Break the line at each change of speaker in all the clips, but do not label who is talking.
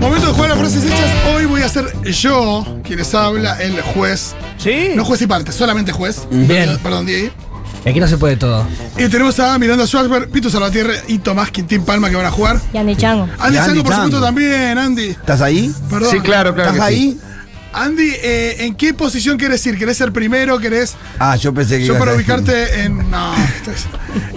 Momento de jugar las frases hechas. Hoy voy a ser yo quien les habla, el juez.
¿Sí?
No juez y parte, solamente juez.
Bien.
Perdón, Diego.
Y aquí no se puede todo.
Y tenemos a Miranda Schwarzberg, Pito Salvatierre y Tomás Quintín Palma que van a jugar.
Y Andy Chango.
Andy
Y Andy
Sango, por
Chango.
supuesto, también, Andy.
¿Estás ahí?
Perdón.
Sí, claro, claro.
¿Estás
que sí.
ahí?
Andy, eh, ¿en qué posición quieres ir? ¿Querés ser primero? ¿Querés.?
Ah, yo pensé que
Yo
ibas
para
a decir-
ubicarte en. No. estás-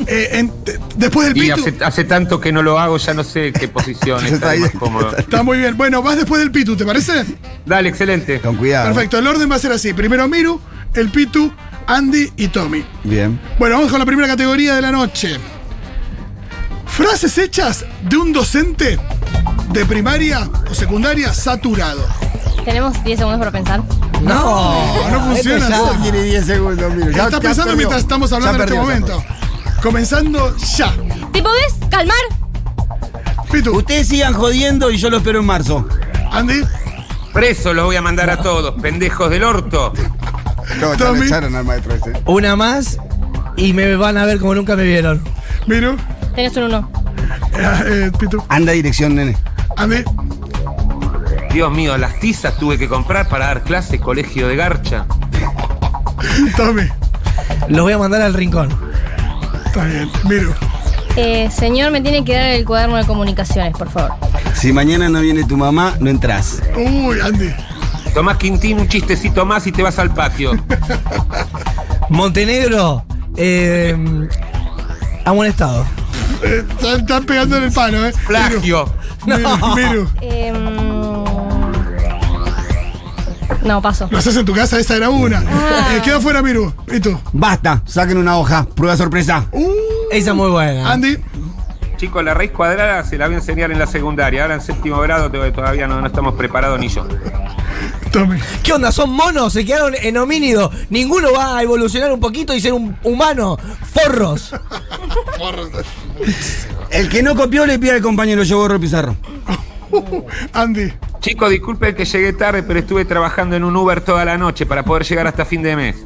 eh, en- te- después del
Y
Pitu.
hace, hace tanto que no lo hago, ya no sé qué posición
Está
está
ahí.
más cómodo.
Está muy bien. Bueno, vas después del Pitu, ¿te parece?
Dale, excelente.
Con cuidado.
Perfecto. El orden va a ser así: primero Miru, el Pitu, Andy y Tommy.
Bien.
Bueno, vamos con la primera categoría de la noche. Frases hechas de un docente de primaria o secundaria saturado.
Tenemos 10 segundos para pensar. Ah,
No, no funciona.
Ya tiene 10 segundos, mira. Ya-
Está
ya
pensando
perdió.
mientras estamos hablando
Ya
en este
perdió, ya
momento. Comenzando ya.
¿Te podés calmar?
Pitu,
Ustedes sigan jodiendo y yo lo espero en marzo.
Andy,
Preso los voy a mandar a todos, pendejos del orto.
perdió. No, ya
Tommy.
le echaron al maestro este. ese.
Una más y me van a ver como nunca me vieron.
Miru,
Tenés un 1.
eh, eh, Pitu,
Anda dirección, nene.
Andy.
Dios mío, las tizas tuve que comprar para dar clases, colegio de garcha.
Tommy.
Los voy a mandar al rincón.
Está bien. Miru.
Eh, señor, me tiene que dar el cuaderno de comunicaciones, por favor.
Si mañana no viene tu mamá, no entras.
Uy, Andy.
Tomás Quintín, un chistecito más y te vas al patio.
Montenegro, eh, amonestado.
Eh, están, están pegando en el palo, ¿eh?
Plagio.
Miru,
No.
Miru, Miru.
Eh, mm, no, paso.
Lo haces en tu casa, esa era una.
Ah.
Eh, queda fuera, Miru. Pitu,
Basta, saquen una hoja. Prueba sorpresa. Uh.
Esa es muy buena.
Andy.
Chicos, la raíz cuadrada se la voy a enseñar en la secundaria. Ahora en séptimo grado to- todavía no, no estamos preparados ni yo.
Tommy.
¿Qué onda? Son monos, se quedaron en homínido. Ninguno va a evolucionar un poquito y ser un humano. Forros.
El que no copió le pide al compañero yo borro el pizarro.
Andy.
Chicos, disculpen que llegué tarde, pero estuve trabajando en un Uber toda la noche para poder llegar hasta fin de mes.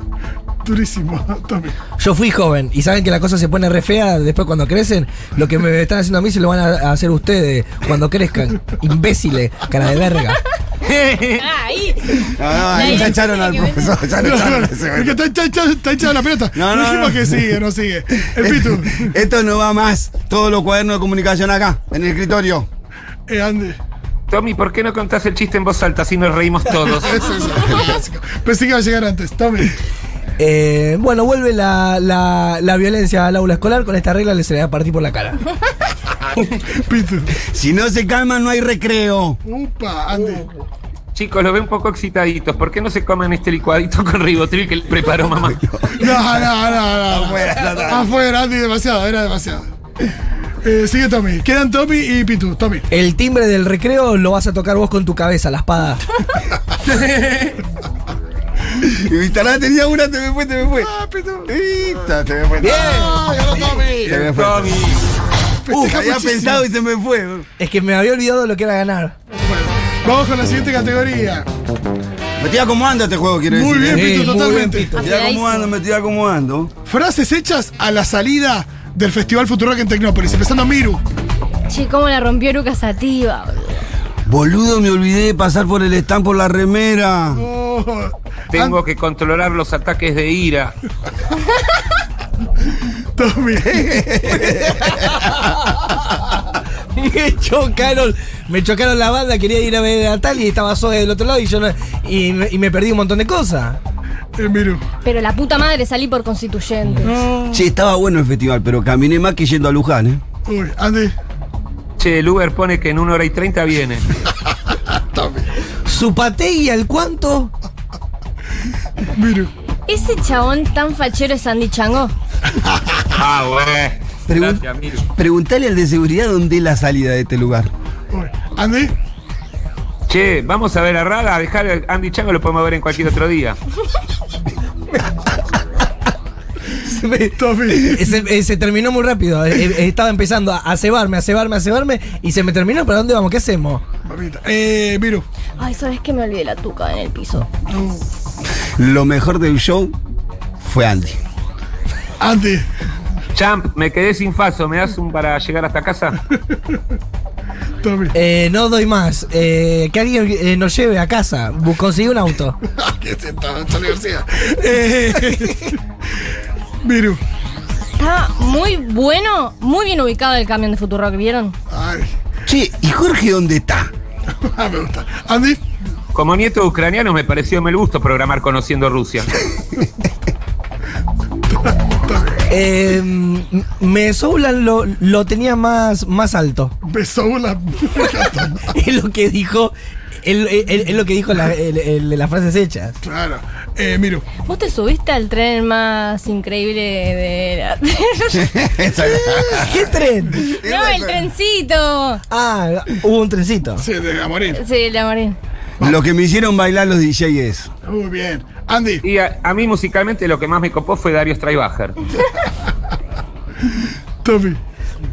Durísimo, Tommy.
Yo fui joven y saben que la cosa se pone re fea después cuando crecen. Lo que me están haciendo a mí se lo van a hacer ustedes cuando crezcan. Imbéciles, cara de verga.
Ahí.
No, no, ahí
Nadie
ya echaron al
tiene que ver.
profesor. Ya lo
No, no,
echaron
no,
a ese
porque está, está- está- está echada la pelota.
No, no,
Dijimos
no.
que sigue, no sigue. El Pitu.
güey. Esto no va más. Todos los cuadernos de comunicación acá, en el escritorio.
Eh, Andy.
Tommy, ¿por qué no contás el chiste en voz alta si nos reímos todos?
Es eso, el clásico. Pensé que iba a llegar antes. Tommy.
Eh, bueno, vuelve la, la- la violencia al aula escolar. Con esta regla le se le va a partir por la cara.
Pitu.
Si no se calman, no hay recreo.
Upa, Andy.
Chicos, los veo un poco excitaditos. ¿Por qué no se comen este licuadito con ribotril que les preparó mamá?
No, no, no, no.
Afuera, no, no.
Afuera, Andy, demasiado, era demasiado. Eh, sigue Tommy. Quedan Tommy y Pitu. Tommy.
El timbre del recreo lo vas a tocar vos con tu cabeza, la espada.
Y Vitalá tenía una, te me fue, te me fue.
Ah, Pitu.
Esta, te me fue.
Bien.
Ah, ganó Tommy.
Se me fue.
Tommy.
Uh,
Festeja
había
muchísimo.
pensado y se me fue.
Es que me había olvidado lo que era ganar.
Bueno, vamos con la siguiente categoría.
Me estoy acomodando este juego, quiero
Muy
decir.
bien,
¿eh?
Sí,
Pitu,
muy
totalmente.
bien, Pitu.
Me estoy acomodando, me estoy acomodando.
Frases hechas a la salida del Festival Futurock en Tecnópolis. Empezando Miru.
Che, cómo la rompió Eruca Sativa, boludo.
Boludo, me olvidé de pasar por el stand por la remera.
Oh,
Tengo que controlar los ataques de ira.
Tommy. Eh,
Me chocaron, me chocaron la banda, quería ir a ver a tal y estaba Zoe del otro lado y yo no- y, me- y me perdí un montón de cosas.
Eh, Miru.
Pero la puta madre salí por constituyente.
Che, estaba bueno el festival, pero caminé más que yendo a Luján, ¿eh?
Uy, Andy.
Che, el Uber pone que en una hora y treinta viene.
Su y al cuánto.
Miru.
Ese chabón tan fachero es Andy Chango.
Ah, güey.
Pregun-
Gracias, amigo.
Preguntale al de seguridad dónde es la salida de este lugar.
Uy. Andy,
Che, vamos a ver a Rada, dejar a Andy Chango lo podemos ver en cualquier otro día.
Tofi.
Eh, Se, eh, se terminó muy rápido. Eh, eh, Estaba empezando a, a cebarme, a cebarme, a cebarme. Y se me terminó. ¿Para dónde vamos? ¿Qué hacemos?
Mamita. Eh, Miru.
Ay, ¿sabes que Me olvidé la tuca en el piso.
Lo mejor del show fue Andy.
Andy.
Champ, me quedé sin faso, ¿me das un para llegar hasta casa?
Tofi.
Eh, no doy más. Eh, que alguien eh, nos lleve a casa. Bu- Conseguí un auto.
¿Qué es esta, Antonio García? Eh, Miru.
Está muy bueno, muy bien ubicado el camión de Futurock, ¿vieron?
Ay, Ah,
Che, ¿y Jorge dónde está?
me gusta. Andy.
Como nieto de ucraniano me pareció me gusto programar conociendo Rusia.
Eh, m- me Soulan lo, lo tenía más, más alto.
Besó la.
Es lo que dijo. el- el- el- Es lo que dijo la- el- el de las frases hechas.
claro. Eh, Miru.
Vos te subiste al tren más increíble de la...
¿Qué tren?
no, el trencito.
Ah, hubo un trencito.
Sí, de Gamorín.
Sí, la morí.
Lo que me hicieron bailar los DJs.
Muy bien. Andy.
Y a, a mí musicalmente lo que más me copó fue Dario Straibacher.
Tofi.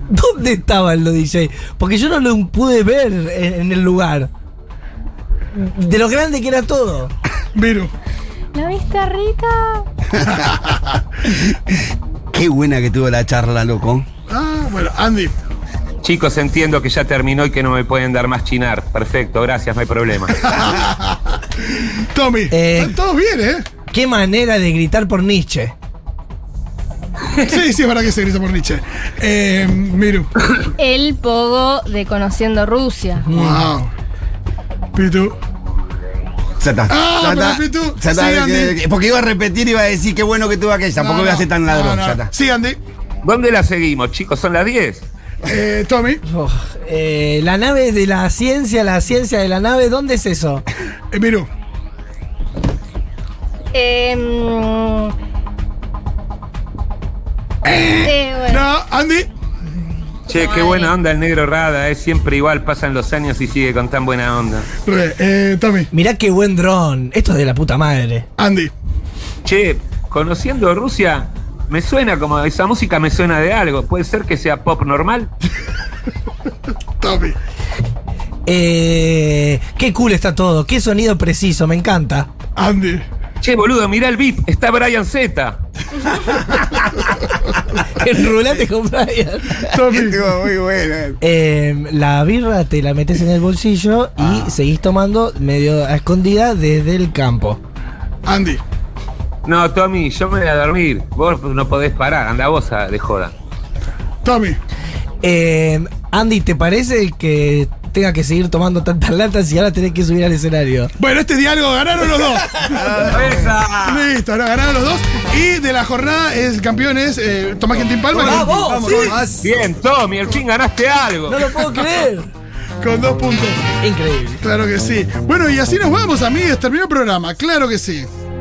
¿Dónde estaban los DJ? Porque yo no lo pude ver en, en el lugar. De lo grande que era todo.
Miru.
¿La viste, Rita?
Qué buena que tuvo la charla, loco.
Ah, bueno, Andy.
Chicos, entiendo que ya terminó y que no me pueden dar más chinar. Perfecto, gracias, no hay problema.
Tommy.
Eh.
Están todos bien, ¿eh?
Qué manera de gritar por Nietzsche.
Sí, sí, es verdad que se grita por Nietzsche. Eh, Miru.
El pogo de Conociendo Rusia.
Wow. Pitu.
Ya está.
Ah,
ya está,
pero Pitu,
ya está,
sí, Andy.
eh, porque iba a repetir y iba a decir qué bueno que tuvo aquella. Tampoco
No,
voy a
no.
ser tan ladrón.
No, no.
Ya está.
Sí, Andy.
¿Dónde la seguimos, chicos? ¿Son las 10?
Eh, Tommy.
Oh, eh, la nave de la ciencia, la ciencia de la nave, ¿dónde es eso?
Eh, Miru.
Eh, mm. Eh, bueno.
No, Andy.
Che, qué buena onda el negro Rada, es siempre igual, pasan los años y sigue con tan buena onda.
Re, eh, Tommy.
Mirá qué buen dron. Esto es de la puta madre.
Andy.
Che, conociendo Rusia, me suena como, esa música me suena de algo, puede ser que sea pop normal.
Tommy.
Eh, qué cool está todo. Qué sonido preciso. Me encanta.
Andy.
Che, boludo, mirá el beat, está Brian Z.
Enrulate con Brian.
Tommy.
Estuvo muy buena.
Eh, la birra te la metes en el bolsillo y seguís tomando medio a escondida desde el campo.
Andy.
No, Tommy, yo me voy a dormir, vos no podés parar, anda vos a- de joda.
Tommy.
Eh, Andy, ¿te parece que tenga que seguir tomando tantas latas y ahora tenés que subir al escenario?
Bueno, este diálogo ganaron los dos. Listo, ahora ganaron los dos. Y de la jornada es campeón es eh, Tomás Quintín Palma.
¡Bravo!
Vamos,
¡Sí!
Tomás,
Bien, Tommy, al fin ganaste algo.
No lo puedo creer.
Con dos puntos.
Increíble.
Claro que sí. Bueno, y así nos vamos, amigos. Terminó el programa. Claro que sí.